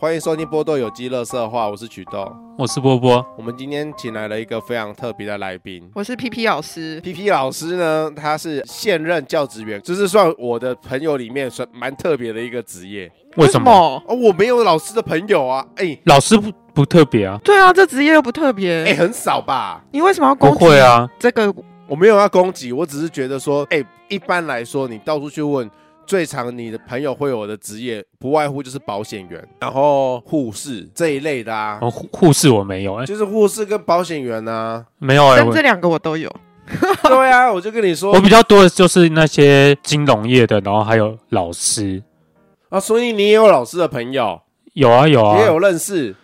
欢迎收听波豆有机乐色话，我是曲豆。我是波波，我们今天请来了一个非常特别的来宾。我是 P P 老师， P P 老师呢，他是现任教职员，这是算我的朋友里面算蛮特别的一个职业为什么？哦。我没有老师的朋友啊，哎、老师不不特别啊？对啊，这职业又不特别、哎、很少吧？你为什么要攻不击？会，啊，这个我没有要攻击，我只是觉得说，哎、一般来说，你到处去问，最常你的朋友会有的职业，不外乎就是保险员，然后护士这一类的啊，哦，护护士我没有，哎，就是护士跟保险员 啊。没有哎，但我这两个我都有。对啊，我就跟你说我比较多的就是那些金融业的，然后还有老师，啊，所以你也有老师的朋友，有啊有也有啊，认识。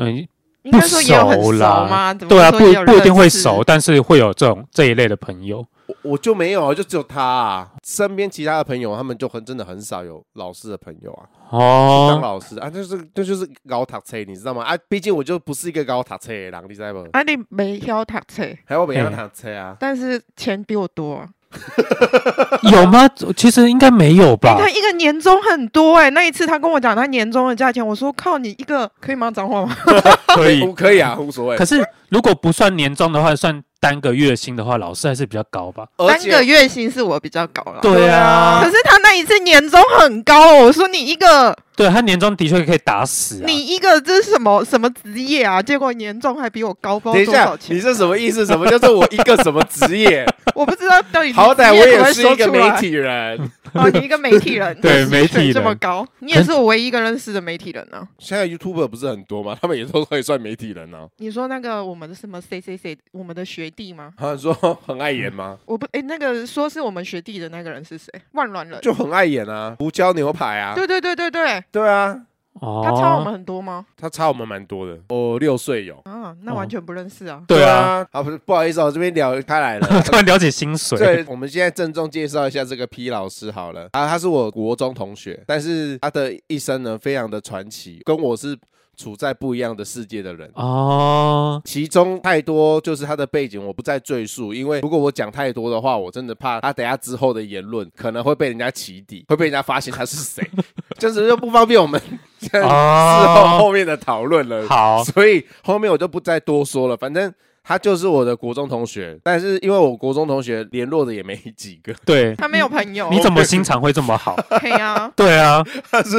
嗯，应该说也有很熟吗？怎么对啊，说不也有不一定会认识熟，。但是会有这种这一类的朋友。我我就没有啊，就只有他、啊、身边其他的朋友，他们就很真的很少有老师的朋友啊，当哦，老师啊，就是这就是搞塔车，你知道吗？啊，毕竟我就不是一个搞塔车的人，你知道吗？啊，你没挑读册，还有我每样塔车啊，但是钱比我多、啊。有吗？其实应该没有吧。哎他一个年终很多哎、那一次他跟我讲他年终的价钱，我说靠，你一个可以吗？脏话吗？ 可我可以啊，无所谓可。是如果不算年终的话，算单个月薪的话，老师还是比较高吧？而单个且月薪是我比较高了。对啊可，是他那一次年终很高哦，我说你一个，对他年终的确可以打死啊。你一个这是什么什么职业啊？结果年终还比我高，不等知一道多少下，钱你。这什么意思？什么叫 做我一个什么职业？我不知道到底好歹 你我职业可也不可以是一说个出媒来体人。哦，你一个媒体人， 对你薪媒体水这人么高，你也是我唯一一个认识的媒体人啊呢、现在 YouTuber 不是很多吗？他们也都可以算媒体人啊呢、你说那个我们的什么谁谁谁，我们的学弟吗？啊。他说很爱演吗？我不诶，那个说是我们学弟的那个人是谁？万峦人。就很爱演啊，胡椒牛排啊。对对对对对，对啊，哦，他差我们很多吗？他差我们蛮多的，我哦六岁有。啊，那哦完全不认识啊。对啊，，。啊不是不好意思、哦，我这边聊开来了 突然了解薪水。对，我们现在郑重介绍一下这个 P 老师好了啊，他是我国中同学，但是他的一生呢非常的传奇，跟我是处在不一样的世界的人。哦，其中太多就是他的背景，我不再赘述，因为如果我讲太多的话，我真的怕他等下之后的言论可能会被人家起底，会被人家发现他是 谁，就是又不方便我们事后后面的讨论了。好，所以后面我就不再多说了。反正他就是我的国中同学，但是因为我国中同学联络的也没几个， 对，他没有朋友，你怎么心肠会这么好？对 啊？对啊，他是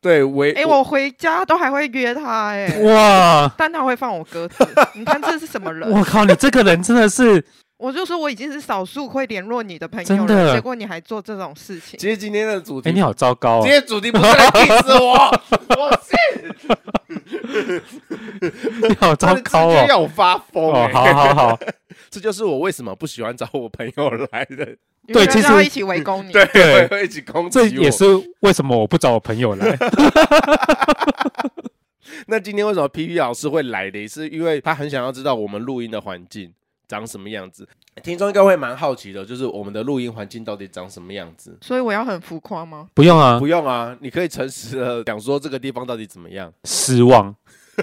对唯诶，哎我回家都还会约他诶， 哇，但他会放我鸽子。你看这是什么人？我靠，你这个人真的是，我就说我已经是少数会联络你的朋友真的了，结果你还做这种事情。其实今天的主题，哎，你好糟糕今哦。天主题不是来 diss 我，我是 你好真糟糕的直接哦。要我发疯、哦欸，好好好，这就是我为什么不喜欢找我朋友来的， 因为对其大家实嗯一起围攻你。对，对会会一起攻击这我。也是为什么我不找我朋友来。那今天为什么 P P 老师会来的？是因为他很想要知道我们录音的环境长什么样子。听众应该会蛮好奇的，就是我们的录音环境到底长什么样子。所以我要很浮夸吗？不用啊不，用啊，你可以诚实的讲说这个地方到底怎么 样。失望，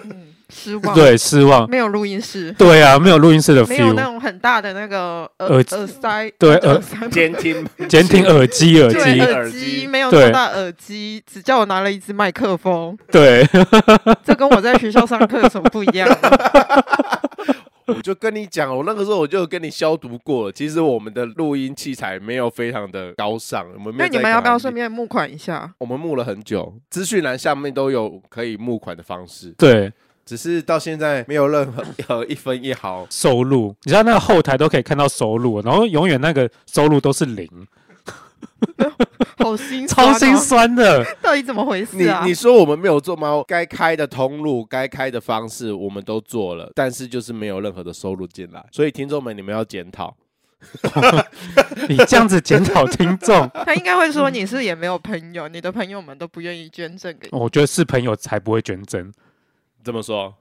嗯，失望。，对，失望，没有录音室，对啊，没有录音室的没有那 feel，种很大的那个耳耳耳塞，对 耳塞吗监听，监听耳机，耳对机，耳耳机机没有对那大耳机，只叫我拿了一支麦克风，对， 这跟我在学校上课有什么不一样？我就跟你讲，我那个时候我就跟你消毒过了。其实我们的录音器材没有非常的高尚，我们没那有。你们要不要顺？便募款一下？我们募了很久，资讯栏下面都有可以募款的方式，对，只是到现在没有任何 呃一分一毫。收入，你知道那个后台都可以看到收入，然后永远那个收入都是零，好心酸超哦心，酸的。到底怎么回你事啊你？说我们没有做吗？该开的通路、该开的方式我们都做了，但是就是没有任何的收入进来，所以听众们你们要检讨。你这样子检讨听众，他应该会嗯说你是也没有朋友，你的朋友们都不愿意捐赠给你。我觉得是朋友才不会捐赠，这么说，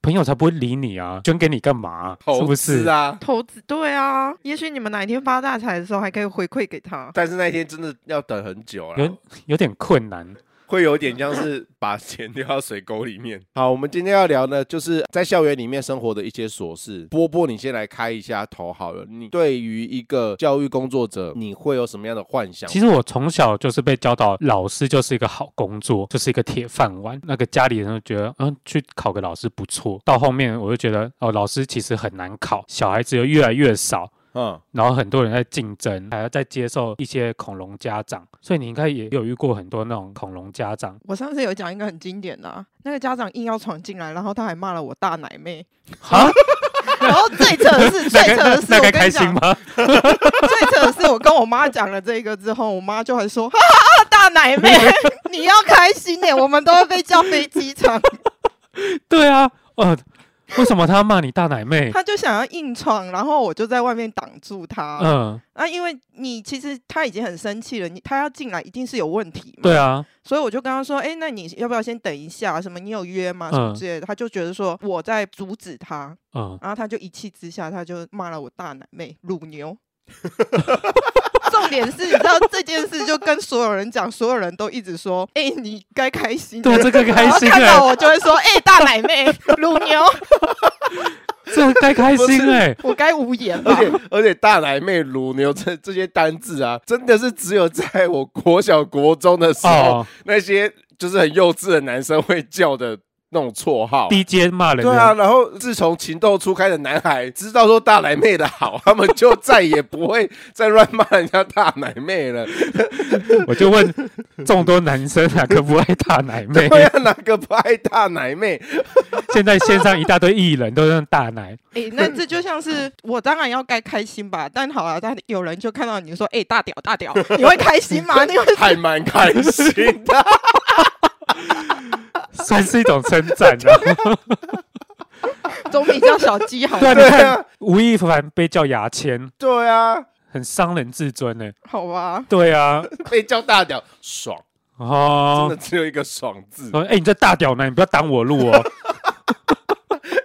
朋友才不会理你啊，捐给你干嘛？是投不资是？啊！投资对啊，也许你们哪一天发大财的时候还可以回馈给他。但是那一天真的要等很久了。有点困难，会有点像是把钱丢到水沟里面。 好，我们今天要聊呢，就是在校园里面生活的一些琐事。波波，你先来开一下头好了。你对于一个教育工作者，你会有什么样的幻想？其实我从小就是被教导，老师就是一个好工作，就是一个铁饭碗。那个家里人就觉得，嗯，去考个老师不错。到后面我就觉得，哦，老师其实很难考，小孩子又越来越少。嗯，然后很多人在竞争，还要再接受一些恐龙家长，所以你应该也有遇过很多那种恐龙家长。我上次有讲一个很经典的、啊，那个家长硬要闯进来，然后他还骂了我大奶妹。哈，然后最扯的是，那该最扯的是，那我该跟开你心讲，吗？最扯的是，我跟我妈讲了这个之后，我妈就还说：“哈哈，大奶 妹，你要开心点，我们都会被叫飞 机场。对啊，呃，为什么他要骂你大奶”妹？她就想要硬闯，然后我就在外面挡住她。嗯，啊，因为你其实他已经很生气了，你他要进来一定是有问题嘛。对啊，所以我就跟他说，哎、那你要不要先等一下？啊什么你有约吗？什么嗯之类的。他就觉得说我在阻止他，嗯，然后他就一气之下，他就骂了我大奶妹乳牛。 重点是，你知道这件事就跟所有人讲，所有人都一直说，哎、你该开心的。对，这个开然后心看哎、 到我就会说，哎、大奶妹乳牛，这该开心不是哎、我该无言而吧？ 且而且大奶妹、乳牛这这些单字啊，真的是只有在我国小国中的时候，哦，那些就是很幼稚的男生会叫的那种绰号。低阶哦骂人的，对啊，然后自从情窦初开的男孩知道说大奶妹的好，他们就再也不会再乱骂人家大奶妹 了。我就问众多男生哪个不爱大奶妹？对啊，哪个不爱大奶妹？现在线上一大堆艺人都用大奶，哎、那这就像是我当然要该开心吧，但好了，但有人就看到你说，哎、大屌大屌，你会开心 吗？你会 还蛮开心的。算是一种称赞啊。 总比叫小鸡好，对啊，你对看啊，吴亦凡被叫牙签，对啊，很伤人自尊呢、欸好吧？对啊，被叫大屌爽，真的哦，只有一个爽字。说哎、你这大屌男，你不要挡我路哦。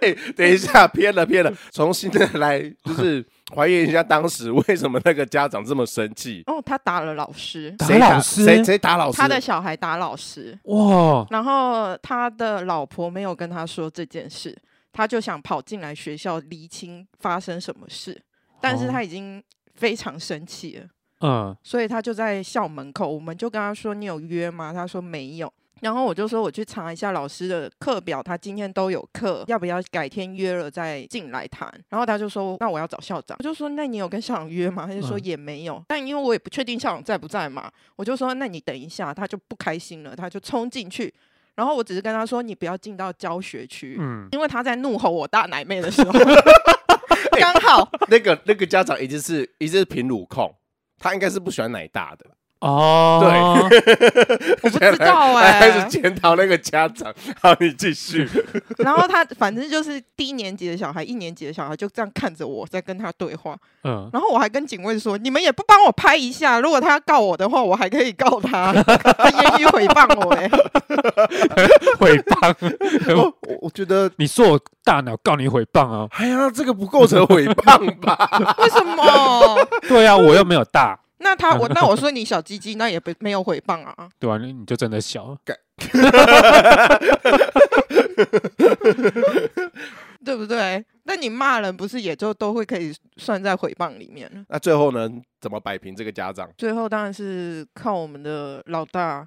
哎，等一下，偏了偏了，重新的来，就是还原一下当时为什么那个家长这么生气。哦，他打了老师，打谁老师谁谁打老师？哦他的小孩打老师，哇，然后他的老婆没有跟他说这件事，他就想跑进来学校厘清发生什么事，但是哦他已经非常生气了，嗯，所以他就在校门口，我们就跟他说：“你有约吗？”他说没有。然后我就说我去查一下老师的课表，他今天都有课，要不要改天约了再进来谈？然后他就说那我要找校长，我就说那你有跟校长约吗？他就说嗯也没有，但因为我也不确定校长在不在嘛，我就说那你等一下，他就不开心了，他就冲进去，然后我只是跟他说你不要进到教学区，嗯，因为他在怒吼我大奶妹的时 候，刚好那个那个家长一直是一直是平乳控，他应该是不喜欢奶大的。哦，对，我不知道哎、还是检讨那个家长。好，你继续。 然后他反正就是低年级的小孩，一年级的小孩就这样看着我在跟他对话，嗯，然后我还跟警卫说：“你们也不帮我拍一下，如果他要告我的话，我还可以告他，他言语诽谤我、欸。”诽谤，我我觉得，你说我大脑告你诽谤啊？哎呀，这个不构成诽谤吧？ 为什么？ 对啊，我又没有大， 那 他我那我说你小鸡鸡，那也不没有诽谤啊。对吧、啊？你你就真的小，对不对？那你骂人不是也就都会可以算在诽谤里面了？ 那最后呢，怎么摆平这个家长？最后当然是靠我们的老大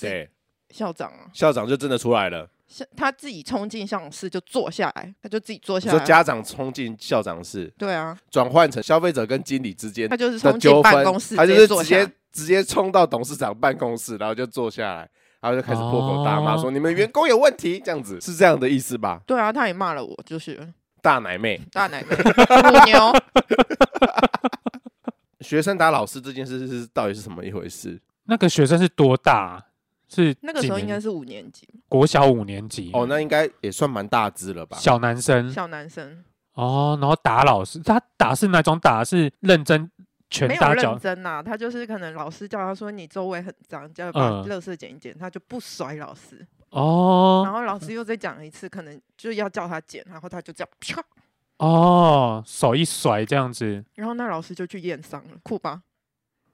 对，校长啊，校长就真的出来了。校他自己冲进校长室就坐下来，他就自己坐你下说来。家长冲进校长室，对啊，转换成消费者跟经理之间他就是的冲纠进办纷公室，他就直是接坐直下接来。直接冲到董事长办公室，然后就坐下来，然后就开始破口大骂，哦说你们员工有问题，这样子是这样的意思吧？对啊，他也骂了我，就是大奶妹，大奶奶母牛。 学生打老师这件事是到底是怎么一回事？那个学生是多大啊？是那个时候应该是是五年级国小五年级哦，那应该也算蛮大只了吧？小男生小男生，哦，然后打老师，他打是哪种打？是认真拳没有打脚认，真呐、他就是可能老师叫他说你周围很脏，叫他把嗯垃圾捡一捡，他就不甩老师，然哦后老师又再讲一次，可能就要叫他捡，然后他就这样啪，哦，手一甩这样子，然后那老师就去验伤了，酷吧？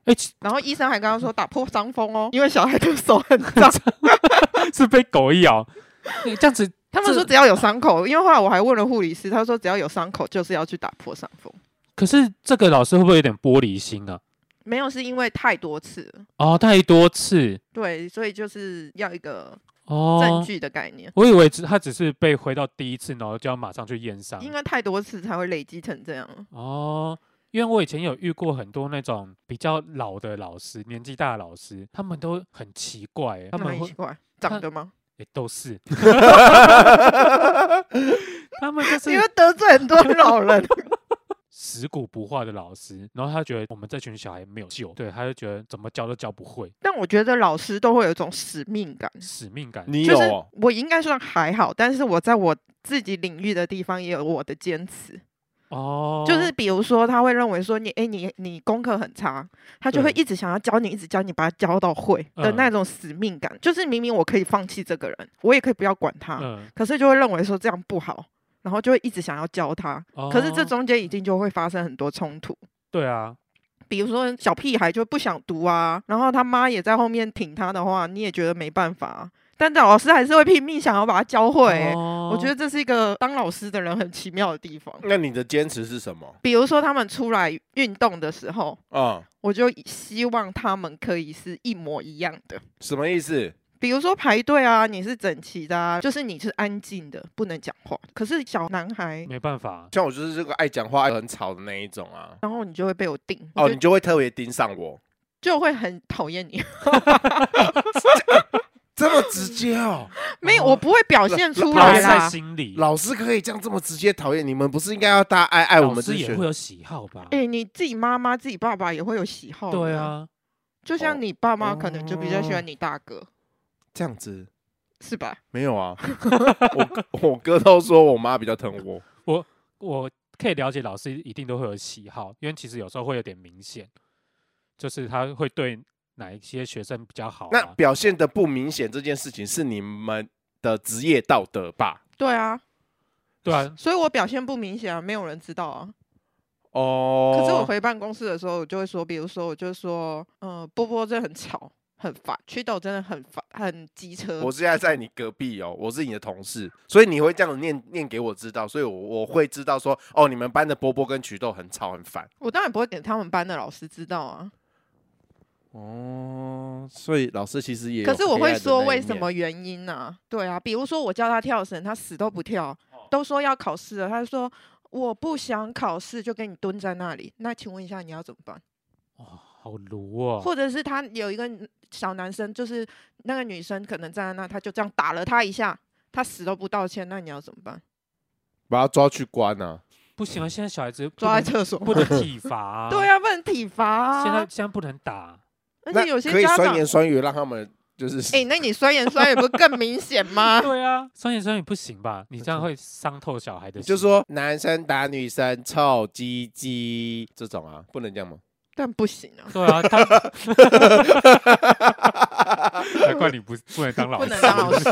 哎、其然后医生还跟他说打破伤风哦，因为小孩的手很 脏。 是被狗咬，你这样子他们说只要有伤口，因为后来我还问了护理师，他说只要有伤口就是要去打破伤风。可是这个老师会不会有点玻璃心啊？没有，是因为太多次了，哦，太多次对，所以就是要一个证哦。据的概念，我以为只他只是被回到第一次，然后就要马上去验伤。因为太多次才会累积成这样。哦，因为我以前有遇过很多那种比较老的老师，年纪大的老师，他们都很奇怪欸，他那们很会奇怪，他长得吗？诶都是， 他们就是因为得罪很多 老人， 死骨不化的老师，然后他觉得我们这群小孩没有救，对，他就觉得怎么教都教不会，但我觉得老师都会有一种使命感。使命感。你就有是哦我应该算还好，但是我在我自己领域的地方也有我的坚持。哦，就是比如说，他会认为说你，哎、你你功课很差，他就会对一直想要教你，一直教你，把他教到会的嗯那种使命感。就是明明我可以放弃这个人，我也可以不要管他，嗯，可是就会认为说这样不好，然后就会一直想要教他。可是这哦中间一定就会发生很多冲突。对啊，比如说小屁孩就不想读啊，然后他妈也在后面挺他的话，你也觉得没办法啊、但老师还是会拼命想要把他教会欸、我我觉得这是一个当老师的人很奇妙的地方。那你的坚持是什么？比如说他们出来运动的时候，啊、我就希望他们可以是一模一样的。什么意思？比如说排队啊，你是整齐的、啊，就是你是安静的，不能讲话。可是小男孩，没办法，像我就是这个爱讲话、爱很吵的那一种啊。然后你就会被我定，哦，我你就就会特别盯上我，就会很讨厌你。 这么直接哦？没有，我不会表现出老老来师在啦。心里， 老师可以这样这么直接讨厌你们，不是应该要大家爱爱我老们这师也群会？有喜好吧？哎、你自己妈妈、自己爸爸也会有喜好。对，啊，就哦像你爸妈可能就比较喜哦欢你大哥，这样子是吧？没有 啊？我我哥都说我妈比较疼 我。我可以了解老师一定都会有喜好，因为其实有时候会有点明显，就是他会对哪一些学生比较好、那啊。表现的不明显这件事情是你们的职业道德吧？对啊，对啊，所以我表现不明显啊，没有人知道啊。哦，可是我回办公室的时候，我就会说，比如说，我就说，嗯、波波真的很吵，很烦，祛豆真的很烦，很机车我。现在在你隔壁哦，我是你的同事，所以你会这样念念给我知道，所以我我会知道说，哦，你们班的波波跟瞿豆很吵很烦。我当然不会给他们班的老师知道啊，哦，所以老师其实也有可是黑我暗会的说那一为什面么原因呢、对啊，比如说我叫他跳绳，他死都不跳，哦都说要考试了，他就说我不想考试，就给你蹲在那里。那请问一下你要怎么办？好卢哦，或者是他有一个小男生，就是那个女生可能站在那，他就这样打了他一下，他死都不道歉，那你要怎么办？把他抓去关啊？不行啊！现在小孩子不抓在能厕所吗？不能体罚、啊 对啊，啊，不能体罚、啊。现在现在不能打，而那且有些可以家酸长，言哎、酸语让他们就是那你酸言酸语不是更明显吗？ 对啊，酸言酸语不行吧？你这样会伤透小孩的心。就说男生打女生臭鸡鸡这种啊，不能这样吗？ 但不行啊，对啊，他 难怪你不不能当老不师，能当 老师。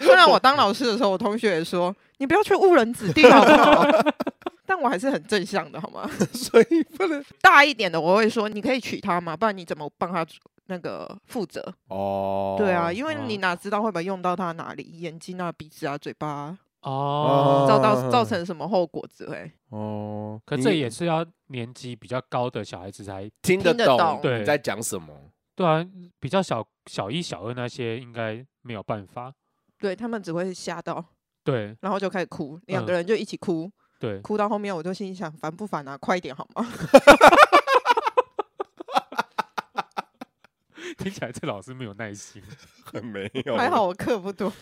虽然我当老师的时候，我同学也说你不要去误人子弟好不好？ 但我还是很正向的，好吗？ 所 以不能大一点的我会说，你可以娶她吗？不然你怎么帮她那个负责？哦。对啊，因为哦你哪知道会不会用到她哪里？眼睛啊、鼻子啊、嘴巴、啊，哦。造到哦造成什么后果之类？哦，可你这也是要年纪比较高的小孩子才听得听得懂懂对你在讲什么。 对啊，比较小小一、小二那些应该没有办法。对他们只会吓到，对然后就开始哭，两嗯个人就一起哭。对，哭到后面，我就心里想烦不烦啊？快一点好吗？ 听起来这老师没有耐心。很没有还好我课不多。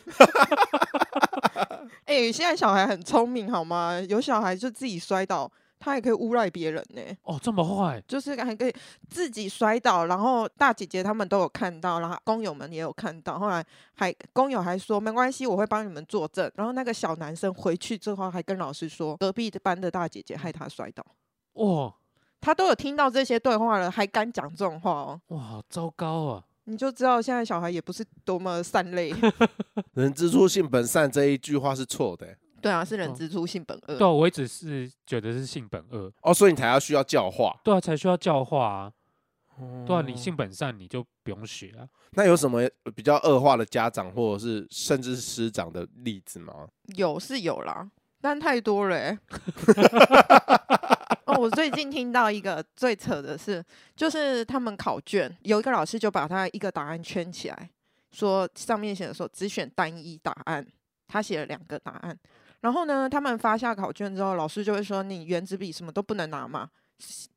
哎、现在小孩很聪明好吗？有小孩就自己摔倒，他也可以诬赖别人呢、 哦，这么坏，就是还可以自己摔倒，然后大姐姐他们都有看到，然后工友们也有看到。后来还工友还说没关系，我会帮你们作证。然后那个小男生回去之后还跟老师说，隔壁的班的大姐姐害他摔倒，哇他都有听到这些对话了，还敢讲这种话哦。哇，好糟糕啊！你就知道现在小孩也不是多么善 类，嗯人之初性本善这一句话是错的欸、对啊，是人哦之初性本恶。对啊，我一直是觉得是性本恶，哦，所以你才要需要教化对啊，才需要教化啊。对啊，你性本善，你就不用学啊。那有什么比较恶化的家长或者是甚至是师长的例子吗？有是有啦，但太多了、欸。哦，我最近听到一个最扯的是，就是他们考卷有一个老师就把他一个答案圈起来，说上面写的说只选单一答案，他写了两个答案。然后呢，他们发下考卷之后，老师就会说你原子笔什么都不能拿嘛，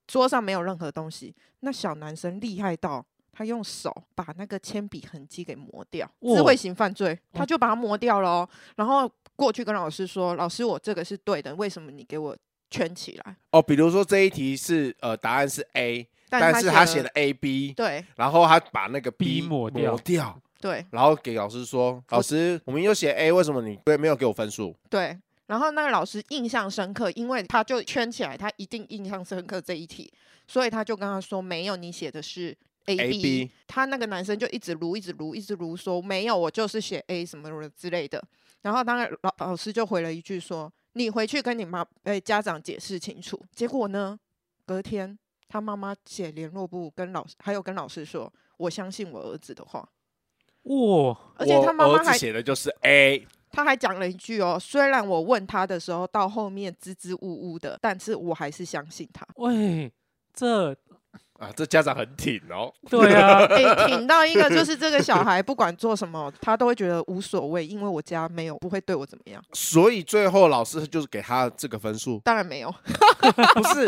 桌上没有任何东西。那小男生厉害到。他用手把那个铅笔痕迹给磨掉，哇智慧型犯罪，哦他就把它磨掉了哦、然后过去跟老师说：“老师，我这个是对的，为什么你给我圈起来？”哦，比如说这一题是呃答案是 A，但是他他写的 A B，对然后他把那个 B 抹抹掉掉，对然后给老师说，老师我们有写 A，为什么你对没有给我分数？对。然后那个老师印象深刻，因为他就圈起来，他一定印象深刻这一题，所以他就跟他说：“没有，你写的是 A A B 他那个男生就一直撸，一直撸，一直撸，说：“没有，我就是写 A 什么什么之类的。”然后当然老老师就回了一句说：“你回去跟你妈诶、家长解释清楚。”结果呢，隔天他妈妈写联络簿跟老师，还有跟老师说：“我相信我儿子的话。”哇，而且他妈我妈儿子还写的就是 A，他还讲了一句哦，虽然我问他的时候到后面支支吾吾的，但是我还是相信 他。喂，这啊，这家长很挺哦。对 啊，哎、挺到一个就是这个小孩不管做什么，他都会觉得无所谓，因为我家没有不会对我怎么样。，所以最后老师就是给他这个分数当然没有，不 是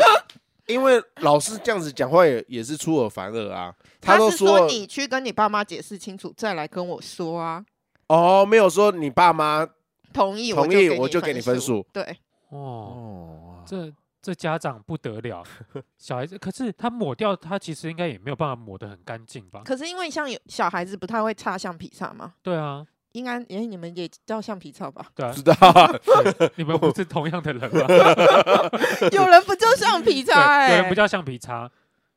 因为老师这样子讲话也也是出尔反尔啊。都是说说你去跟你爸妈解释清楚，再来跟我说啊，哦，没有说你爸妈同意同意我我就给给你你分分数。对，哦，哦，这这家长不得 了，小孩子可是他抹掉，他其实应该也没有办法抹得很干净吧？可是因为像有小孩子不太会擦橡皮擦嘛，对啊，应该哎你们也叫橡皮擦 吧？对啊知，道啊对你们不欸是同样的 人吗？对有人不叫橡皮擦哎、有人不叫橡皮擦，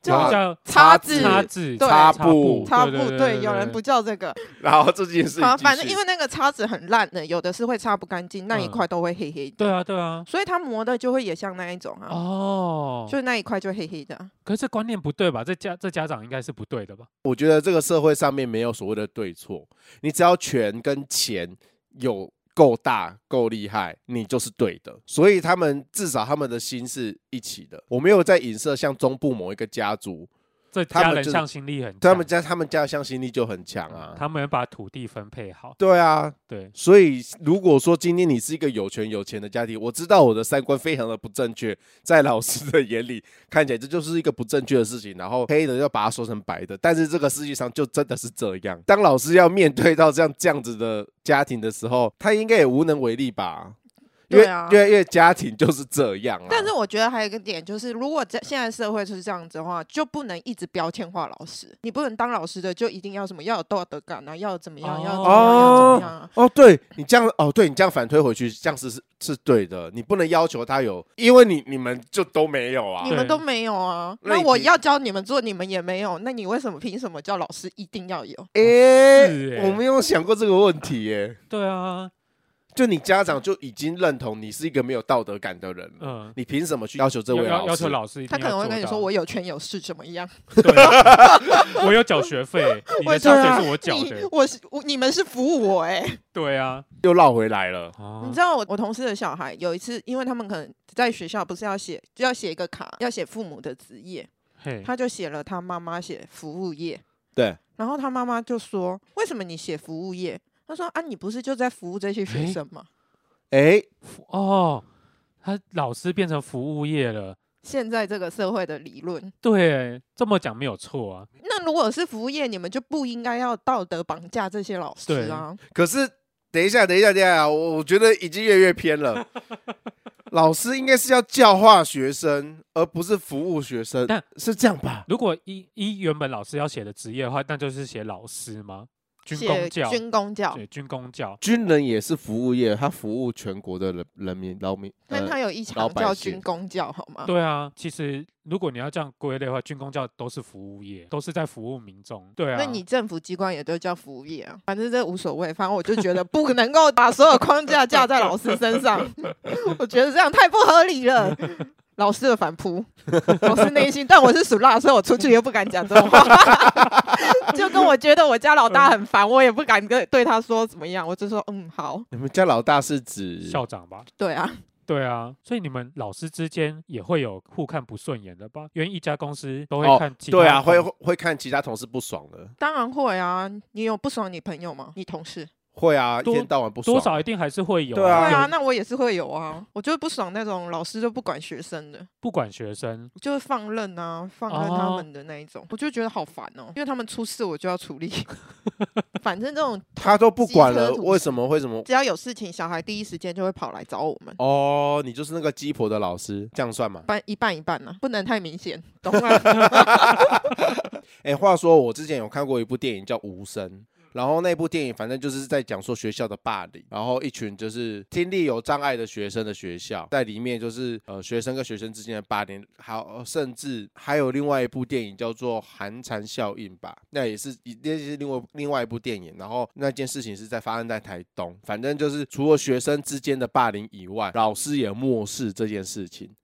就有人是叫擦是子擦子、对擦布布、擦布对对对，有人不叫这个，然后这件事好，啊情，反正因为那个叉子很烂的，有的是会擦不干净，那一嗯块都会黑黑的，对啊，对啊。所以它磨的就会也像那一种嗯啊，哦，就那一块就黑黑的啊。可是这观念不对吧？这家这家长应该是不对的吧？我觉得这个社会上面没有所谓的对错，你只要权跟钱有够大、够厉害，你就是对的。所以他们至少他们的心是一起的。我没有在影射像中部某一个家族，这他家们人就是向心力很强，他们家他们家的向心力就很强啊。他们把土地分配好，对啊，对，所以如果说今天你是一个有权有钱的家庭，我知道我的三观非常的不正确，在老师的眼里看起来这就是一个不正确的事情，然后黑的要把它说成白的，但是这个世界上就真的是这样。当老师要面对到这样这样子的家庭的时候，他应该也无能为力吧？因为对啊因为因为家庭就是这样啊。哦但是我觉得还有一个点就是，如果在现在社会是这样子的话，就不能一直标签化老师，你不能当老师的就一定要什么要有道德感啊，要怎么样，要怎么样，要怎么样啊。哦，对你这样，哦，对你这样反推回去，这样是是是对的。你不能要求他有，因为你你们就都没有哦啊你。们都没有啊，那那你我可以要教你们做，你们也没有，那你为什么凭什么叫老师一定要有？诶，是欸我没有想过这个问题耶、对啊，就你家长就已经认同你是一个没有道德感的人了，嗯，你凭什么去要求这要位要老要求师？老师一他定可要能做会跟你到说我有权有势怎么样？对，我有缴学 费，你我的薪对啊水是我缴你的， 我是我你们是服务我哎、对啊，又绕回来了。哦 你知道我我同事的小孩有一次，因为他们可能在学校不是要写就要写一个卡，要写父母的职业，嘿，他就写了他妈妈写服务业，对，然后他妈妈就说：“为什么你写服务业？”他说：“啊，你不是就在服务这些学诶生吗？哎，服哦，他老师变成服务业了，现在这个社会的理论，对，这么讲没有错啊，那如果是服务业，你们就不应该要道德绑架这些老师对啊。可是等一下，等一下，等一下，我我觉得已经越来越偏 了。老师应该是要教化学生，而不是服务学生但，是这样吧？如果依依原本老师要写的职业的话，那就是写老师吗？军写工教，军工教，对，军工教，军人也是服务业，他服务全国的人人民、劳民。但他呃、有一老场百叫姓军工教，好吗？对啊，其实如果你要这样归类的话，军工教都是服务业，都是在服务民众。对啊，那你政府机关也都叫服务业啊，反正这无所谓，反正我就觉得不 能 够把所有框架架在老师身上，我觉得这样太不合理了。老师的反扑，我是内心，但我是属辣，所以我出去又不敢讲这种话， 就跟我觉得我家老大很烦，我也不敢跟对他说怎么样，我就说嗯好，你们家老大是指校长吧？对啊，对啊，所以你们老师之间也会有互看不顺眼的吧？因为一家公司哦都会看其他、对啊，会会看其他同事不爽的，当然会啊，你有不爽你朋友吗？你同事？会啊，一多天到晚不爽，多少一定还是会有、对啊对啊，有那我也是会有啊，我就是不爽那种老师就不管学生的，不管学生，就是放任啊，放任他哦们的那一种，我就觉得好烦哦，因为他们出事我就要处理， 反正这种他都不管了机车，主为什么为什么？只要有事情，小孩第一时间就会跑来找我们。哦，你就是那个鸡婆的老师，这样算吗？半一半一半啊呢、不能太明显，懂吗？哎、话说我之前有看过一部电影叫《无声》，然后那部电影反正就是在讲说学校的霸凌，然后一群就是听力有障碍的学生的学校，在里面就是呃学生跟学生之间的霸凌，还有甚至还有另外一部电影叫做《寒蝉效应》吧，那也是一那是另外另外一部电影，然后那件事情是在发生在台东，反正就是除了学生之间的霸凌以外，老师也漠视这件事情，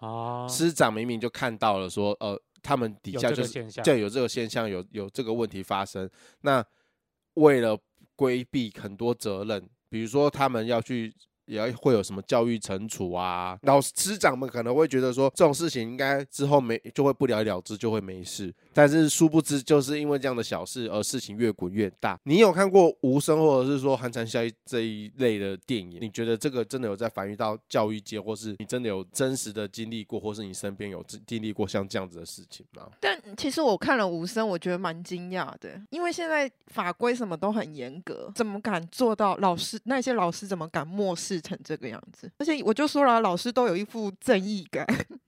啊，师长明明就看到了说呃。他们底有下这就个是现象，就有这个现象，有有这个问题发生。那为了规避很多责任，比如说他们要去。也要会有什么教育惩处啊？老师师长们可能会觉得说这种事情应该之后没就会不了了之，就会没事。但是殊不知，就是因为这样的小事，而事情越滚越大。你有看过《无声》或者是说《寒蝉效应》这一类的电影？你觉得这个真的有在反映到教育界，或是你真的有真实的经历过，或是你身边有经经历过像这样子的事情吗？但其实我看了无声，我觉得蛮惊讶的，因为现在法规什么都很严格，怎么敢做到？老师那些老师怎么敢漠视成这个样子？而且我就说了，老师都有一副正义感，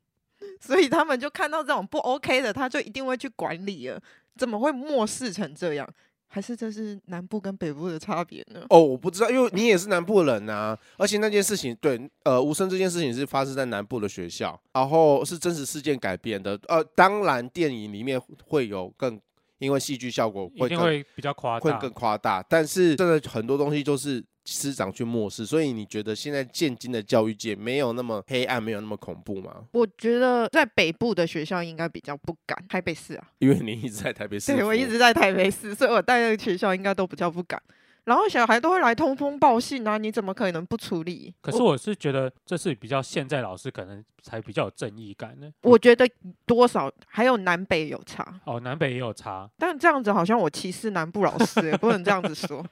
所以他们就看到这种不 OK 的，他就一定会去管理了。怎么会漠视成这样？还是这是南部跟北部的差别呢？哦，我不知道，因为你也是南部人呐、而且那件事情，对，呃，无声这件事情是发生在南部的学校，然后是真实事件改编的。呃，当然电影里面会有更，因为戏剧效果一会定更会比较夸会大。更夸大，但是真的很多东西就是师长去漠视，所以你觉得现在现今的教育界没有那么黑暗，没有那么恐怖吗？我觉得在北部的学校应该比较不敢，台北市啊。因为你一直在台北市服务，对，我一直在台北市，所以我待的学校应该都比较不敢。然后小孩都会来通风报信啊，你怎么可能不处理？可是我是觉得这是比较现在老师可能才比较有正义感呢。我觉得多少还有南北有差，哦，南北也有差，但这样子好像我歧视南部老师欸、不能这样子说。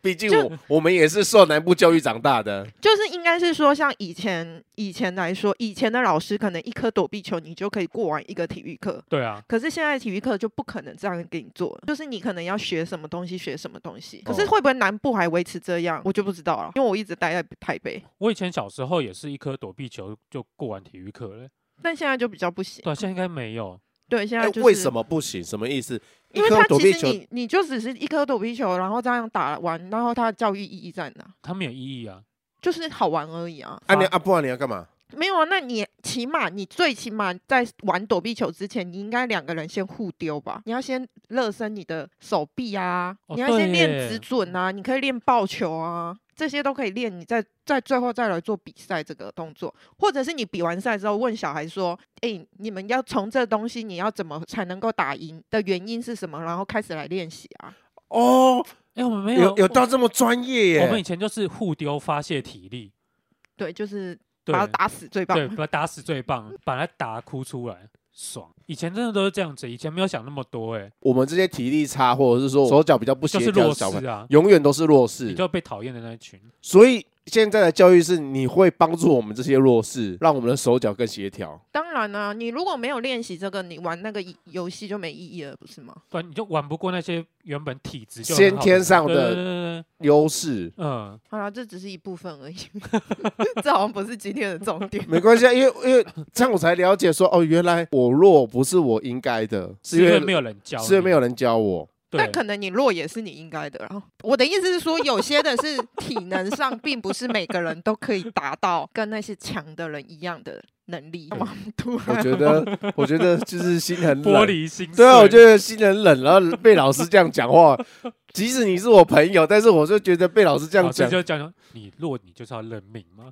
毕竟就我我们也是受南部教育长大的，就是应该是说，像以前以前来说，以前的老师可能一颗躲避球你就可以过完一个体育课，对啊，可是现在体育课就不可能这样给你做了，就是你可能要学什么东西学什么东西。可是哦会不会南部还维持这样，我就不知道了，因为我一直待在台北，我以前小时候也是一颗躲避球就过完体育课了，但现在就比较不行。对啊、现在应该没有。对，现在哎就是、为什？么不行？什么意思？因为一颗他躲其避实球你你就只是一颗躲避球，然后这样打完，然后它的教育意义在哪？它没有意义啊，就是好玩而已啊。啊你发啊，不然你要干嘛？没有啊，那你起码你最起码在玩躲避球之前，你应该两个人先互丢吧？你要先热身你的手臂啊，哦你要先对练耶直准啊，你可以练抱球啊，这些都可以练。你再再最后再来做比赛这个动作，或者是你比完赛之后问小孩说：“诶，你们要从这东西你要怎么才能够打赢的原因是什么？”然后开始来练习啊。哦，哎、我们没有有我到这么专业耶！我们以前就是互丢发泄体力，对，就是对把他打死最棒。对，把打死最棒，把他打哭出来，爽。以前真的都是这样子，以前没有想那么多、哎，我们这些体力差，或者是说手脚比较不就协是调弱的小朋势友，啊，永远都是弱比势。较被讨厌的那一群。所以现在的教育是，你会帮助我们这些弱势，让我们的手脚更协调。当然啦、你如果没有练习这个，你玩那个游游戏就没意义了，不是吗？不然你就玩不过那些原本体质就很先好天上对的对对对对优势嗯，好啦，这只是一部分而已， 这好像不是今天的重点。没关系，啊，因为因为这样我才了解说，哦，原来我弱不是我应该的，是因是因为为没有人教，是因为没有，人教我。 对但，可能你弱也是你应该的啦。我的意思是说，有些的是体能上，并不是每个人都可以达到跟那些强的人一样的啊能力，干嘛突然我觉得， 我觉得就是心很冷玻。璃心碎。对啊，我觉得心很冷，然后被老师这样讲话，即使你是我朋友，但是我就觉得被老师这样老师讲，就讲讲你弱，你就是要认命 吗？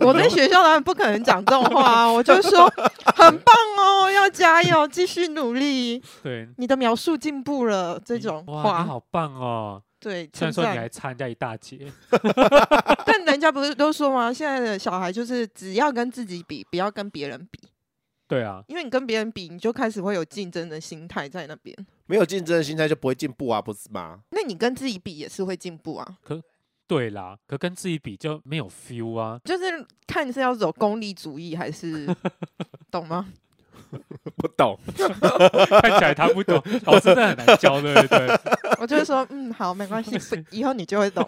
我在学校当然不可能讲这种话啊，我就 说很棒哦，要加油，继续努力，对，你的描述进步了这种嗯哇，你话，好棒哦！对，虽称然说你赞。还差人家一大截，但人家不是都说吗？现在的小孩就是只要跟自己比，不要跟别人比，对啊，因为你跟别人比，你就开始会有竞争的心态在那边。没有竞争的心态就不会进步啊，不是吗？那你跟自己比也是会进步啊，对啦，可跟自己比就没有 feel 啊。就是看是要走功利主义还是 懂吗？不懂，看起来他不 懂，老师真的很难教，对不对？我就会说，嗯，好，没关系，不 以后你就会懂。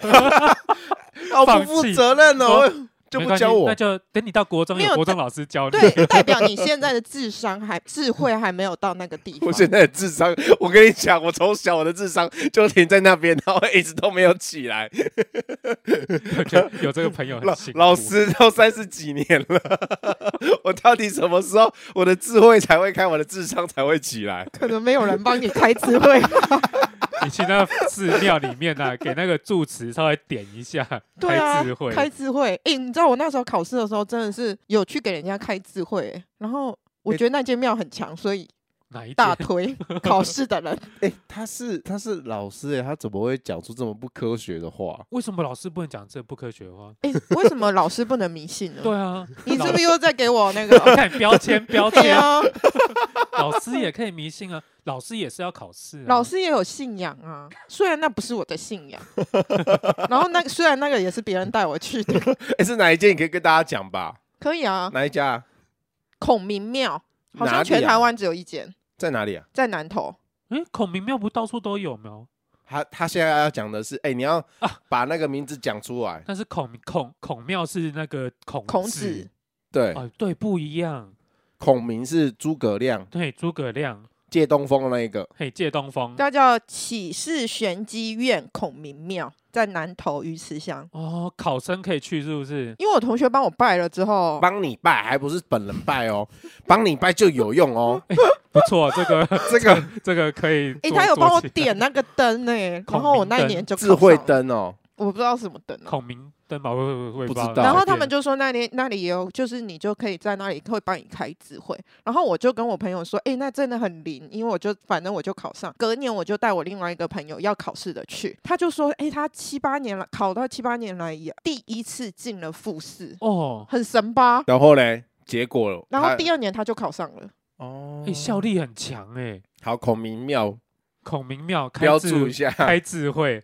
好哦不放负弃责任说哦，就没不关系教我那。就等你到国中没有有国中老师教你。对，代表你现在的智商还智慧还没有到那个地方我。现在的智商，我跟你讲，我从小我的智商就停在那边，然后一直都没有起来。我觉得有这个朋友很老幸福。老师都三十几年了， 我到底什么时候我的智慧才会开，我的智商才会起来？可能没有人帮你开智 慧。你去那个寺庙里面啊，给那个住持稍微点一下，对啊开智，慧。开智慧。哎、你知道我那时候考试的时候，真的是有去给人家开智慧、诶然后我诶觉得那间庙很强，所以哪一大届？ 推考试的人。哎、他是他是老师哎、他怎么会讲出这么不科学的话？为什么老师不能讲这不科学的话？哎、为什么老师不能迷信呢？对啊，你是老？不是又在给我那个看标签标 对签，啊，老师也可以迷信啊，老师也是要考试、啊。老师也有信仰啊，虽然那不是我的信仰， 然后那虽然那个也是别人带我去的，哎、是哪一件？你可以跟大家讲吧？可以啊。哪一家啊？孔明庙好哪像里全啊台湾只有一间，在哪里啊？在南投。诶，孔明庙不到处都有吗？他他现在要讲的是，哎、你要啊把那个名字讲出来。但是孔孔孔庙是那个孔孔子子，对，哦，对，不一样。孔明是诸葛亮对，诸葛亮，借东风的那一个。嘿，借东风。它叫启士玄机院孔明庙，在南投鱼池乡。哦，考生可以去是不是？因为我同学帮我拜了之后，帮你拜，还不是本人拜哦， 帮你拜就有用哦。不错，这个 这个这个可以做。诶，他有帮我做起来点那个灯呢、然孔后我明那一灯年就智考慧上了，灯哦，我不知道什么灯啊、孔明灯吧，我我我也不知道知道然后随他们便就说那里那里也有，就是你就可以在那里会帮你开智慧。然后我就跟我朋友说，诶，那真的很灵，因为我就反正我就考上，隔年我就带我另外一个朋友要考试的去，他就说，诶，他七八年来考到七八年来也第一次进了复试，哦，很神吧？然后嘞，结果然后他第二年他就考上了。哦哎、，效力很强哎、好孔明庙孔明庙开标智注一 下，开智慧，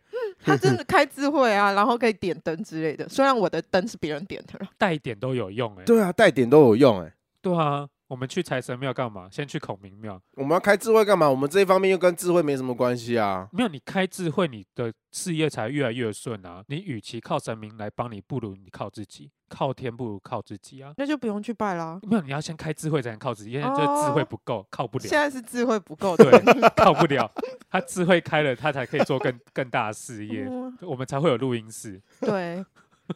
他真的开智慧啊，然后可以点灯之类的。虽然我的灯是别人点的了，带一点都有用哎、对啊，带点都有用哎。对啊，我们去财神庙干嘛？先去孔明庙。我们要开智慧干嘛？我们这一方面又跟智慧没什么关系 啊。没有你开智慧，你的事业才越来越顺啊！你与其靠神明来帮你，不如你靠自己，靠天不如靠自己啊！那就不用去拜啦。没有，你要先开智慧才能靠自己，因为这智慧哦不够，靠不现了，在是智慧不够的。对，靠不了。他智慧开了，他才可以做 更更大的事业，嗯我们才会有录音室。 对，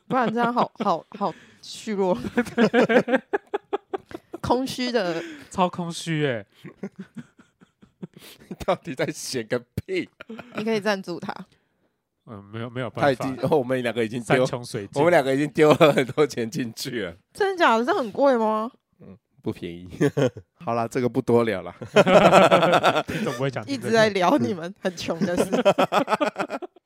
不然这样好好好虚 弱，空虚的。超空虚哎、你到底在写个 屁？你可以赞助他，嗯，没有没有他办已法经，，哦我们两个已经山丢，穷水尽。我们两个已经丢了很多钱进去了，真的假的？这很贵吗？不便宜。 好啦，这个不多聊了。听众不会讲听一这个，直在聊你们很穷的 事。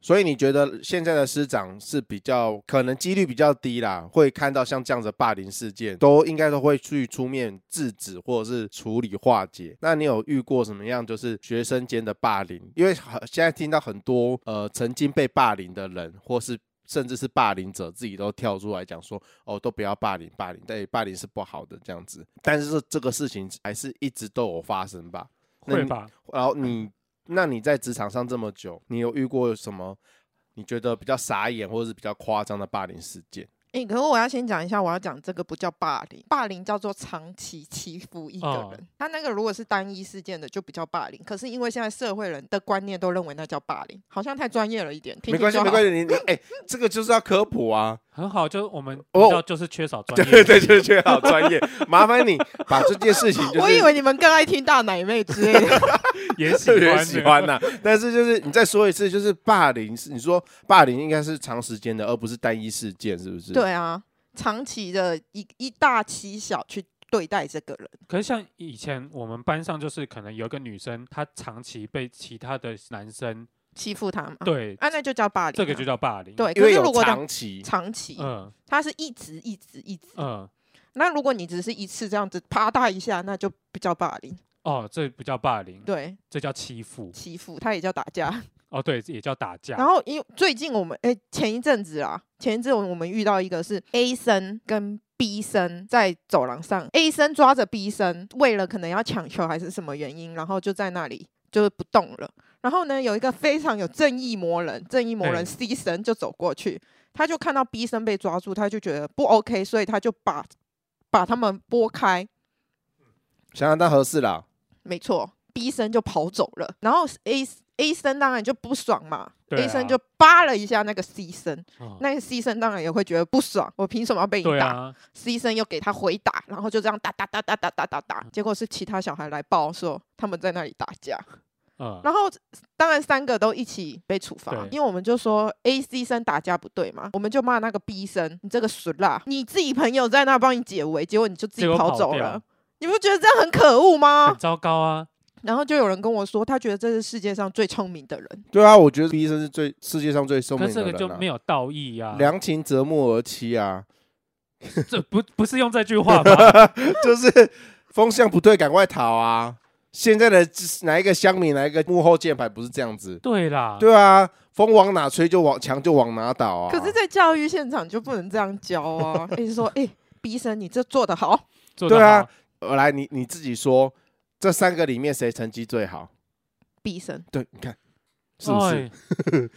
所以你觉得现在的师长是比较可能几率比较低啦，会看到像这样子的霸凌事件，都应该都会去出面制止或者是处理化解。那你有遇过什么样就是学生间的霸凌？因为很现在听到很多呃曾经被霸凌的人，或是甚至是霸凌者自己都跳出来讲说，哦，都不要霸凌，霸凌对霸凌是不好的这样子。但是这个事情还是一直都有发生吧？那会你吧？然后你，那你在职场上这么久，你有遇过什么你觉得比较傻眼或者是比较夸张的霸凌事件？哎、可是我要先讲一下，我要讲这个不叫霸凌，霸凌叫做长期欺负一个人。哦他那个如果是单一事件的，就不叫霸凌。可是因为现在社会人的观念都认为那叫霸凌，好像太专业了一点。听没关系，听就没好 关系，你你哎、这个就是要科普啊，很好，就是我们哦频道就是缺少专 业，对对，就是缺好专业。麻烦你把这件事情，就是我以为你们更爱听大奶妹之类的，也喜特别欢喜的欢呐、啊但是就是你再说一次，就是霸凌是你说霸凌应该是长时间的，而不是单一事件，是不是？，对啊，长期的一一大欺小去对待这个人，可是像以前我们班上，就是可能有一个女生，她长期被其他的男生欺负他嘛，对，啊，那就叫霸凌啊，这个就叫霸凌。，对。因可为是如有果他长期，长期，嗯他是一直一直一直，嗯，那如果你只是一次这样子啪嗒一下，那就不叫霸凌，哦，这不叫霸凌，对，这叫欺负。欺负他也叫打架。哦，对，这也叫打架。然后因为最近我们哎、前一阵子啊，前一阵我们遇到一个是 A 生跟 B 生在走廊上，A 生抓着 B 生，为了可能要抢球还是什么原因，然后就在那里就是不动了。然后呢，有一个非常有正义魔人，正义魔人哎 C 生就走过去，他就看到 B 生被抓住，他就觉得不 OK，所以他就把把他们拨开，想想当合适啦。没错，B 生就跑走了。然后 A A 生当然就不爽嘛、对 a 生啊就扒了一下那个 C 生，哦那个 C 生当然也会觉得不爽，我凭什么要被你对打、啊， c 生又给他回打，然后就这样打打打打打打打打，结果是其他小孩来报说他们在那里打架，嗯，然后当然三个都一起被处罚对，因为我们就说 A、C 生打架不对嘛，我们就骂那个 B 生，你这个损啦，你自己朋友在那帮你解围，结果你就自结己果跑跑走掉了。你不觉得这样很可恶吗很？糟糕啊。然后就有人跟我说，他觉得这是世界上最聪明的人。对啊，我觉得医生是最世界上最聪可明是这的个就人、没有道义啊啊。，良禽择木而栖啊，这不不是用这 句话吧？就是风向不对，赶快逃啊！现在的哪一个乡民，哪一个幕后键盘不是这样子？对啦，对啊，风往哪吹就往墙就往哪倒啊！可是，在教育现场就不能这样 教啊！一直说，哎、b 生你这做得好，做得对啊好，，呃来你你自己说，这三个里面谁成绩最好？毕生对，你看是不是？哎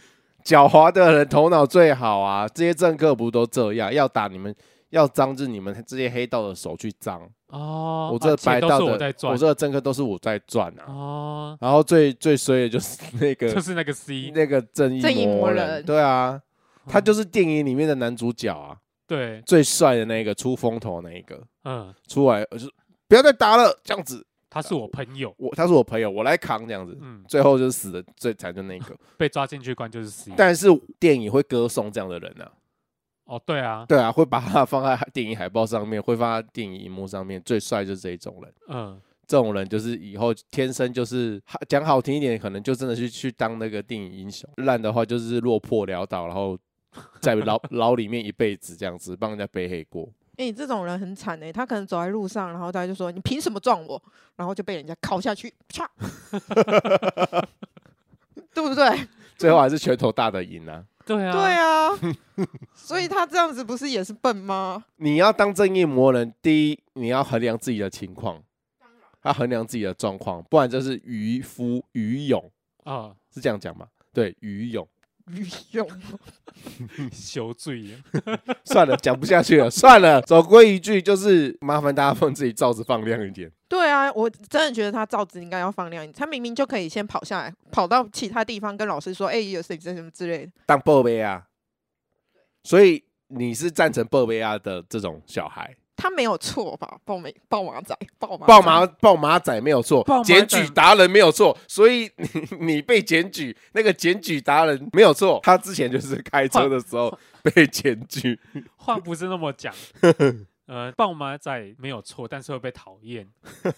狡猾的人头脑最好啊！这些政客不都这样？要打你们，要脏是你们这些黑道的手去脏。哦，我啊这白钱都道是的，我在赚这个政客都是我在赚啊。 哦，然后最最衰的就是那个、就是那个 C，那个正义正义魔人，人对啊，他嗯就是电影里面的男主角啊，对，最帅的那个出风头那一个嗯，出来，就是不要再打了，这样子。他是我朋 友，我他是我朋友，我来扛这样子。嗯，最后就是死的最惨就那个，被抓进去关就是 C。但是电影会歌颂这样的人啊，哦，对啊，对啊，会把他放在电影海报上面，会放在电影荧幕上面。最帅就是这一种人，嗯，这种人就是以后天生就是讲好听一点，可能就真的是去当那个电影英雄；烂的话就是落魄潦倒，然后在牢 牢里面一辈子这样子，帮人家背黑锅。哎、这种人很惨哎、他可能走在路上，然后大家就说你凭什么撞我，然后就被人家敲下去，啪，对不对？最后还是拳头大的赢啊！对啊，对啊，所以他这样子不是也是笨吗？你要当正义魔人，第一你要衡量自己的情况，要衡量自己的状况，不然就是渔夫渔勇， 啊，是这样讲吗？对，渔勇。愚用，羞罪了。算了，讲不下去了，算了。总归一句就是，麻烦大家放自己罩子放亮一点。对啊，我真的觉得他罩子应该要放亮一点，他明明就可以先跑下来，跑到其他地方跟老师说，哎、有谁谁什么之类的。当报备啊。所以你是赞成报备啊的这种小孩，他没有错吧？暴美暴马仔，暴马抱仔马抱马仔没有错抱马，仔检举达人没有错，所以你你 被检举，那个检举达人没有错，他之前就是开车的时候 被检举，话不是那么讲。呃，暴马仔没有错，但是会被讨厌。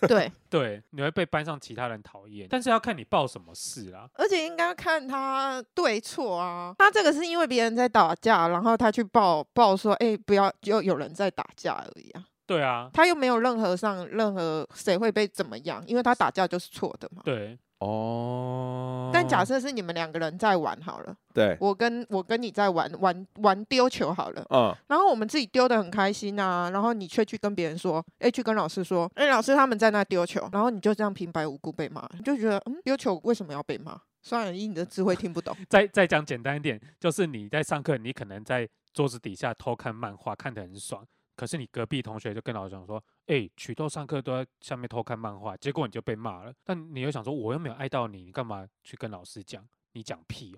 对，对，你会被班上其他人讨厌，但是要看你报什么事啦。而且应该看他对错啊。他这个是因为别人在打架，然后他去报报说，哎、不要，就有人在打架而已啊。对啊，他又没有任何上任何谁会被怎么样，因为他打架就是错的嘛。对，哦但假设是你们两个人在玩好了，对，我跟我跟你在玩玩玩丢球好了，嗯，然后我们自己丢的很开心啊，然后你却去跟别人说，哎，去跟老师说，哎，老师他们在那丢球，然后你就这样平白无故被骂，你就觉得，嗯，丢球为什么要被骂？算了，以你的智慧听不懂。再再讲简单一点，就是你在上课，你可能在桌子底下偷看漫画，看得很爽。可是你隔壁同学就跟老师讲说：“哎、曲豆上课都在下面偷看漫画。”结果你就被骂了。但你又想说：“我又没有爱到你，你干嘛去跟老师讲？你讲屁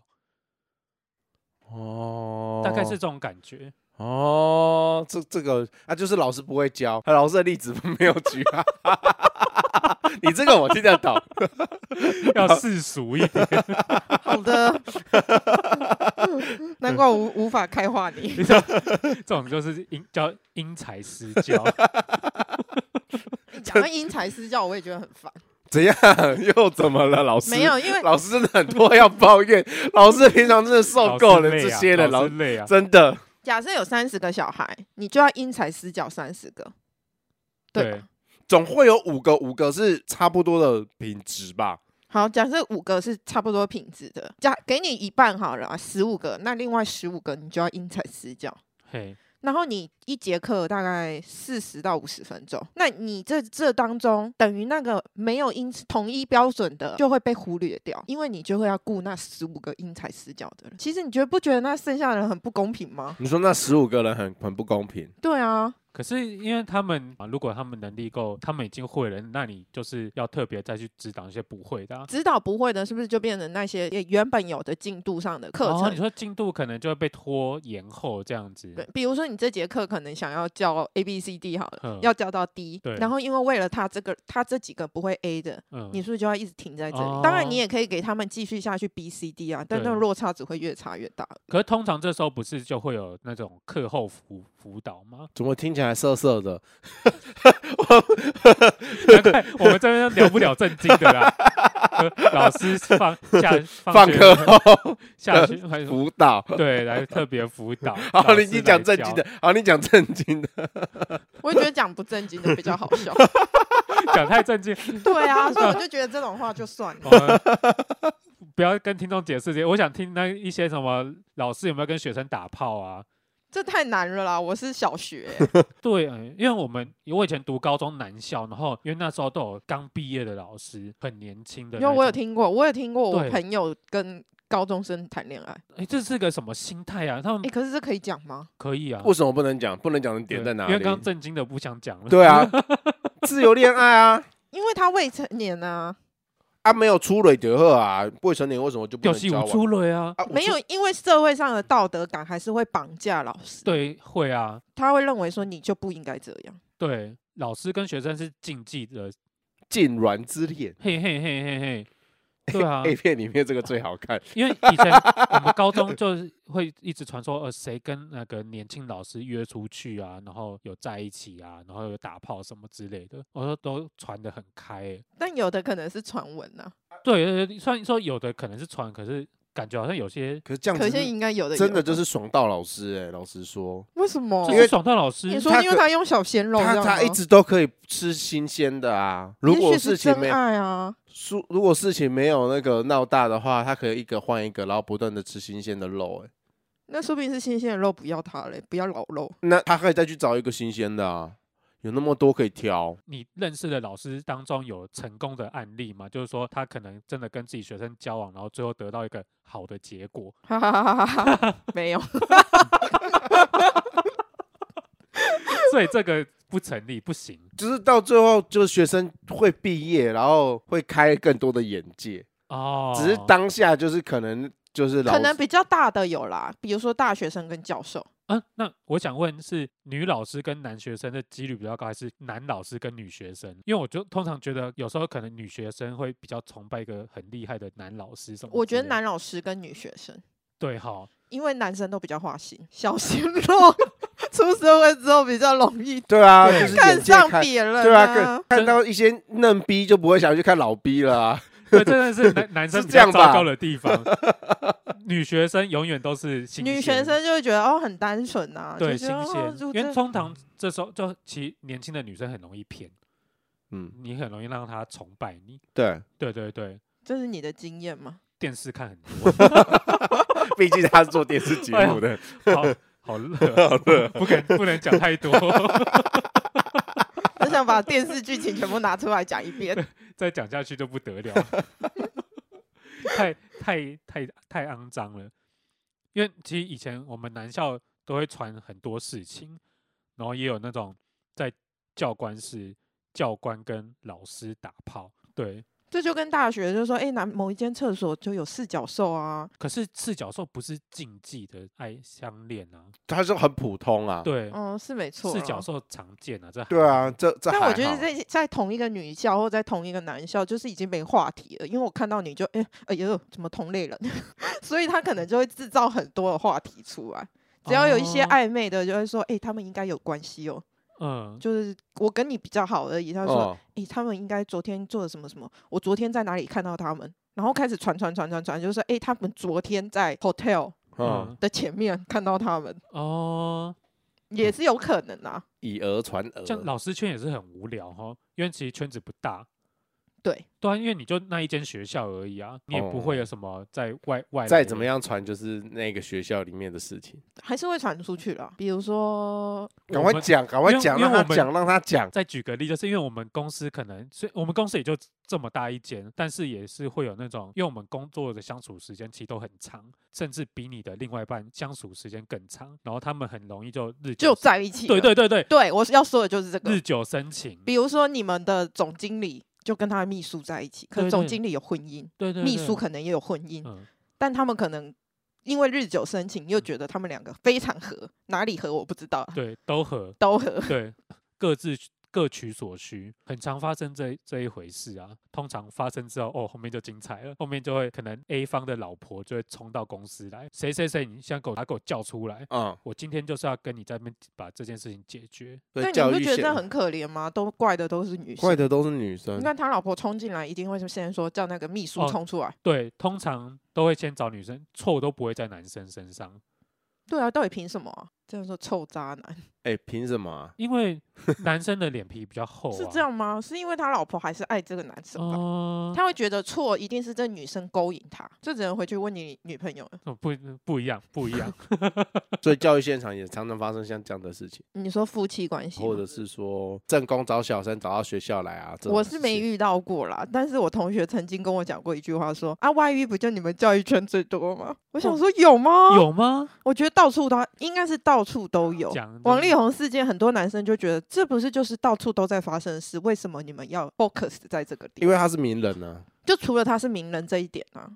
哦！”哦 大概是这种感觉。哦，这这个啊，就是老师不会教，啊老师的例子没有举啊。 你这个我听得懂，要世俗一点。 好 的，难怪我无无法开化你。 这种就是因叫因材施 教，讲到因材施教，我也觉得很烦。怎样？又怎么了？老师没有，因为老师真的很多要抱怨，老师平常真的受够了老师累这啊些人，老老师累啊。真的假设有三十个小孩，你就要因材施教三十个，对 吧对，总会有五个，五个是差不多的品质吧？好，假设五个是差不多品质的，假给你一半好了、啊，十五个，那另外十五个你就要因材施教。嘿，然后你一节课大概四十到五十分钟，那你这这当中等于那个没有因统一标准的就会被忽略掉，因为你就会要顾那十五个因材施教的人。其实你觉得不觉得那剩下的人很不公平吗？你说那十五个人很很不公平，？对啊，可是因为他们啊，如果他们能力够，他们已经会了，那你就是要特别再去指导一些不会的、啊。指导不会的，是不是就变成那些也原本有的进度上的课然后哦你程？说进度可能就会被拖延后这样子对，，比如说你这节课可能想要教 A B C D 好了嗯，要教到 D，对然后因为为了他这个他这几个不会 A 的，嗯，你是不是就要一直停在这里？当然，你哦也可以给他们继续下去 B、C、D 啊，但那对个落差只会越差越大。可是通常这时候不是就会有那种课后辅辅导吗 怎么听起来涩涩的？难怪我们这边聊不了正经的 啦。呃老师放下放学课后下去还 辅导。对来特别辅导。 好，老你师你来讲正教经的，好，你讲正 经的。我也觉得讲不正经的比 较好笑。讲太正经，对啊，所以我就觉得这种话就算 了。 呃不要跟听众解释这些。我想听那一些什么老师有没有跟学生打炮啊？这太难了啦！我是小 学欸、对，呃因为我们我以前读高中南校，然后因为那时候都有刚毕业的老师，很年轻的因那为种。我有听过，我有听过我对嗯朋友跟高中生谈恋爱。诶，这是个什么心态啊？他哎，们可是这可以讲吗？可以啊，为什么不能讲？不能讲的点对在哪因里为？刚刚震惊的不想讲了。对啊， 自由恋爱啊，因为他未成年啊，啊没有出轨得赫啊，未成年为什么就不就能是交有往？出了啊。啊，我没有，因为社会上的道德感还是会绑架老师，对，会啊，他会认为说你就不应该这样。对，老师跟学生是禁忌的，禁软之恋嘿嘿嘿嘿嘿，对啊， ，A 片里面这个最好看。因为以前我们高中就是会一直传说，呃，谁跟那个年轻老师约出去啊，然后有在一起啊，然后有打炮什么之类的，我说都传的很开、欸。但有的可能是传闻啊呐、对对对，虽然说有的可能是传，可是感觉好像有些可是这样可子是是应该有的真有的就是爽到老师哎，老实说，为什么？这哦因为是爽到老师你说他，因可为嗯他用小鲜肉这样他吗，他一直都可以吃新鲜的啊。如果也许事是情真没爱啊，如如果事情没有那个闹大的话，他可以一个换一个，然后不断的吃新鲜的肉哎。那说不定是新鲜的肉，不要它嘞，不要老肉。 那他可以再去找一个新鲜的啊，有那么多可以挑。你认识的老师当中有成功的案例吗？就是说他可能真的跟自己学生交往，然后最后得到一个好的结果。 哈哈哈哈哈！没有，所以这个不成立，不行。就是到最后，就是学生会毕业，然后会开更多的眼界。哦，只是当下就是可能就是老可能比较大的有啦，比如说大学生跟教授。啊，那我想问是女老师跟男学生的几率比较高，还是男老师跟女学生？因为我就通常觉得有时候可能女学生会比较崇拜一个很厉害的男老师什么之类的。我觉嗯得男老师跟女学生，对 哈，因为男生都比较花心，小鲜肉 出社会之后比较容易对啊，对就是 眼看界上看别人、对啊，看看真到一些嫩逼就不会想去看老逼了、啊。对，真的是男男生是比这较样吧糟糕的地 方。女学生永远都是新女学鲜生就会觉得哦很单纯呐、对就新觉得哦鲜，就因为这通常这时候就其实年轻的女生很容易骗，嗯，你很容易让她崇拜你。对，对对对，这是你的经验吗？电视看很多。 毕竟他是做电视节 目的，好 好热，好热，不敢不能讲太多， 我想把电视剧情全部拿出来讲一遍。再讲下去就不得了，太太太太肮脏了。因为其实以前我们男校都会传很多事情，然后也有那种在教官室教官跟老师打炮，对，这就跟大学就说，哎，哪某一间厕所就有四角兽啊，可是赤脚兽不是禁忌的爱相恋啊，他说很普通啊，对，嗯，是没错啦。赤脚兽常见啊，这还对啊，，这这但我还觉得好啊在在同一个女校或在同一个男校，就是已经没话题了，因为我看到你就哎哎呦，怎么同类人， 所以他可能就会制造很多的话题出来。只要有一些哦暧昧的，就会说，哎、他们应该有关系哦，嗯，就是我跟你比较好而已。他说，哦诶，他们应该昨天做了什么什么，我昨天在哪里看到他们，然后开始传传传传传，就是诶，他们昨天在 hotel 嗯，嗯的前面看到他们，哦，也是有可能啊。以讹传讹，像老师圈也是很无聊哈，因为其实圈子不大。对，对啊，因为你就那一间学校而已啊，你也不哦会有什么在外外再怎么样，样传就是那个学校里面的事情，还是会传出去了。比如说，赶我快们讲，赶快因为讲，因为让他我们讲，让他讲。再举个例，就是因为我们公司可能，所以我们公司也就这么大一间，但是也是会有那种，因为我们工作的相处时间其实都很长，甚至比你的另外一半相处时间更长，然后他们很容易就日久就在一起对了。对对对，对，我是要说的就是这个日。久生情，比如说，你们的总经理就跟他的秘书在一起，可对能总对经理有婚姻，对对秘书对可能也有婚姻，嗯，但他们可能因为日久生情，又嗯觉得他们两个非常合，哪里合我不知道啊，对，都合，都合。对，各自各取所需，很常发生这这一回事啊。通常发生之后，哦，后面就精彩了，后面就会可能 A 方的老婆就会冲到公司来，谁谁谁，你先给我把狗叫出来。嗯，我今天就是要跟你在那边把这件事情解决，所以但你教不育觉得现这样很可怜吗？都怪的都是女怪性。的都是女生你，看他老婆冲进来，一定会先说叫那个秘书哦冲出来。对，通常都会先找女生，错都不会在男生身上，对啊，到底凭什么、啊？这样说臭渣男、哎，凭什么啊？因 为男生的脸皮比较厚、啊，是这，样吗？是因为他老婆还是爱这个男生吧？哦、他会觉得错一定是这女生勾引他，这只能回去问你女朋友了。哦不不一样，不一样， 所以教育现场也常常发生像这样的事 情，你说夫妻关系吗，或者是说正宫找小三找到学校来啊。这种我是没事情遇到过啦，但是我同学曾经跟我讲过一句话说啊，外遇不就你们教育圈最多吗？我想说有吗？，有吗？我觉得到处都应该是到处都啊有。讲王真力宏事件，很多男生就觉得这不是就是到处都在发生的事，为什么你们要 focus 在这个点？因为他是名人啊呢、就除了他是名人这一点啊，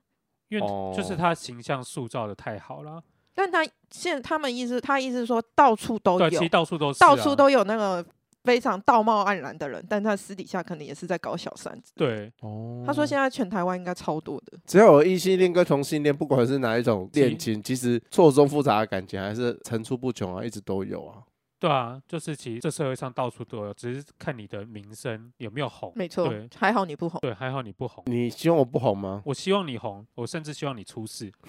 因为就是哦他形象塑造的太好了，啊但他现他们意思，他意思说到处都对，其哦有实，到处都是、啊，到处都有那个非常道貌岸然的人，但他私底下可能也是在搞小三子。对，哦他说现在全台湾应该超多的，只要有异性恋跟同性恋，不管是哪一种其恋情，其实错综复杂的感情还是层出不穷啊，一直都有啊。对啊，就是其实这社会上到处都有，只是看你的名声有没有红。没错对，还好你不红。对，还好你不红。你希望我不红吗？我希望你红，我甚至希望你出事。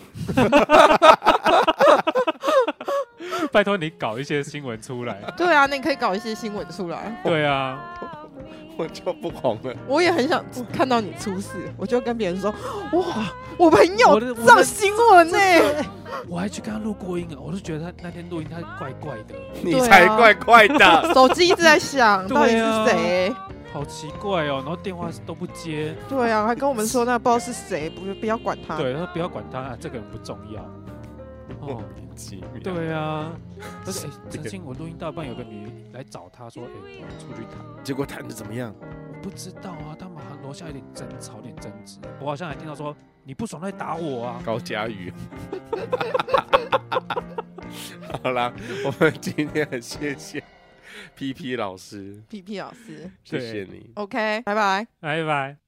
拜托你搞一些新闻出来。对啊，那你可以搞一些新闻出来。对啊， 我就不红了。我也很想看到你出事，我就跟 别人说，哇，我我朋的友我的上新闻呢、我还去跟他录过音啊，我就觉得他那天录音他怪怪的，你对啊才怪怪的。手机一直 在响，到底对啊是谁？好奇怪哦。然后电话都不接，对啊，还跟我们说那不知道是谁，不不要管他。对，他说不要管他、啊这个人不重要。 嗯哦，名其妙，对啊，而且、欸、这曾个经我录音到一半，有个女来找他说：“哎、我们出去谈。”结果谈的怎么样？我不知道啊，他们好像楼下有点争吵，有点争执。我好像还听到说你不爽在打我啊。高佳 宇。好啦，我们今天很谢谢 P P 老师， ，P P 老师谢谢你。 ，OK，拜拜。拜拜。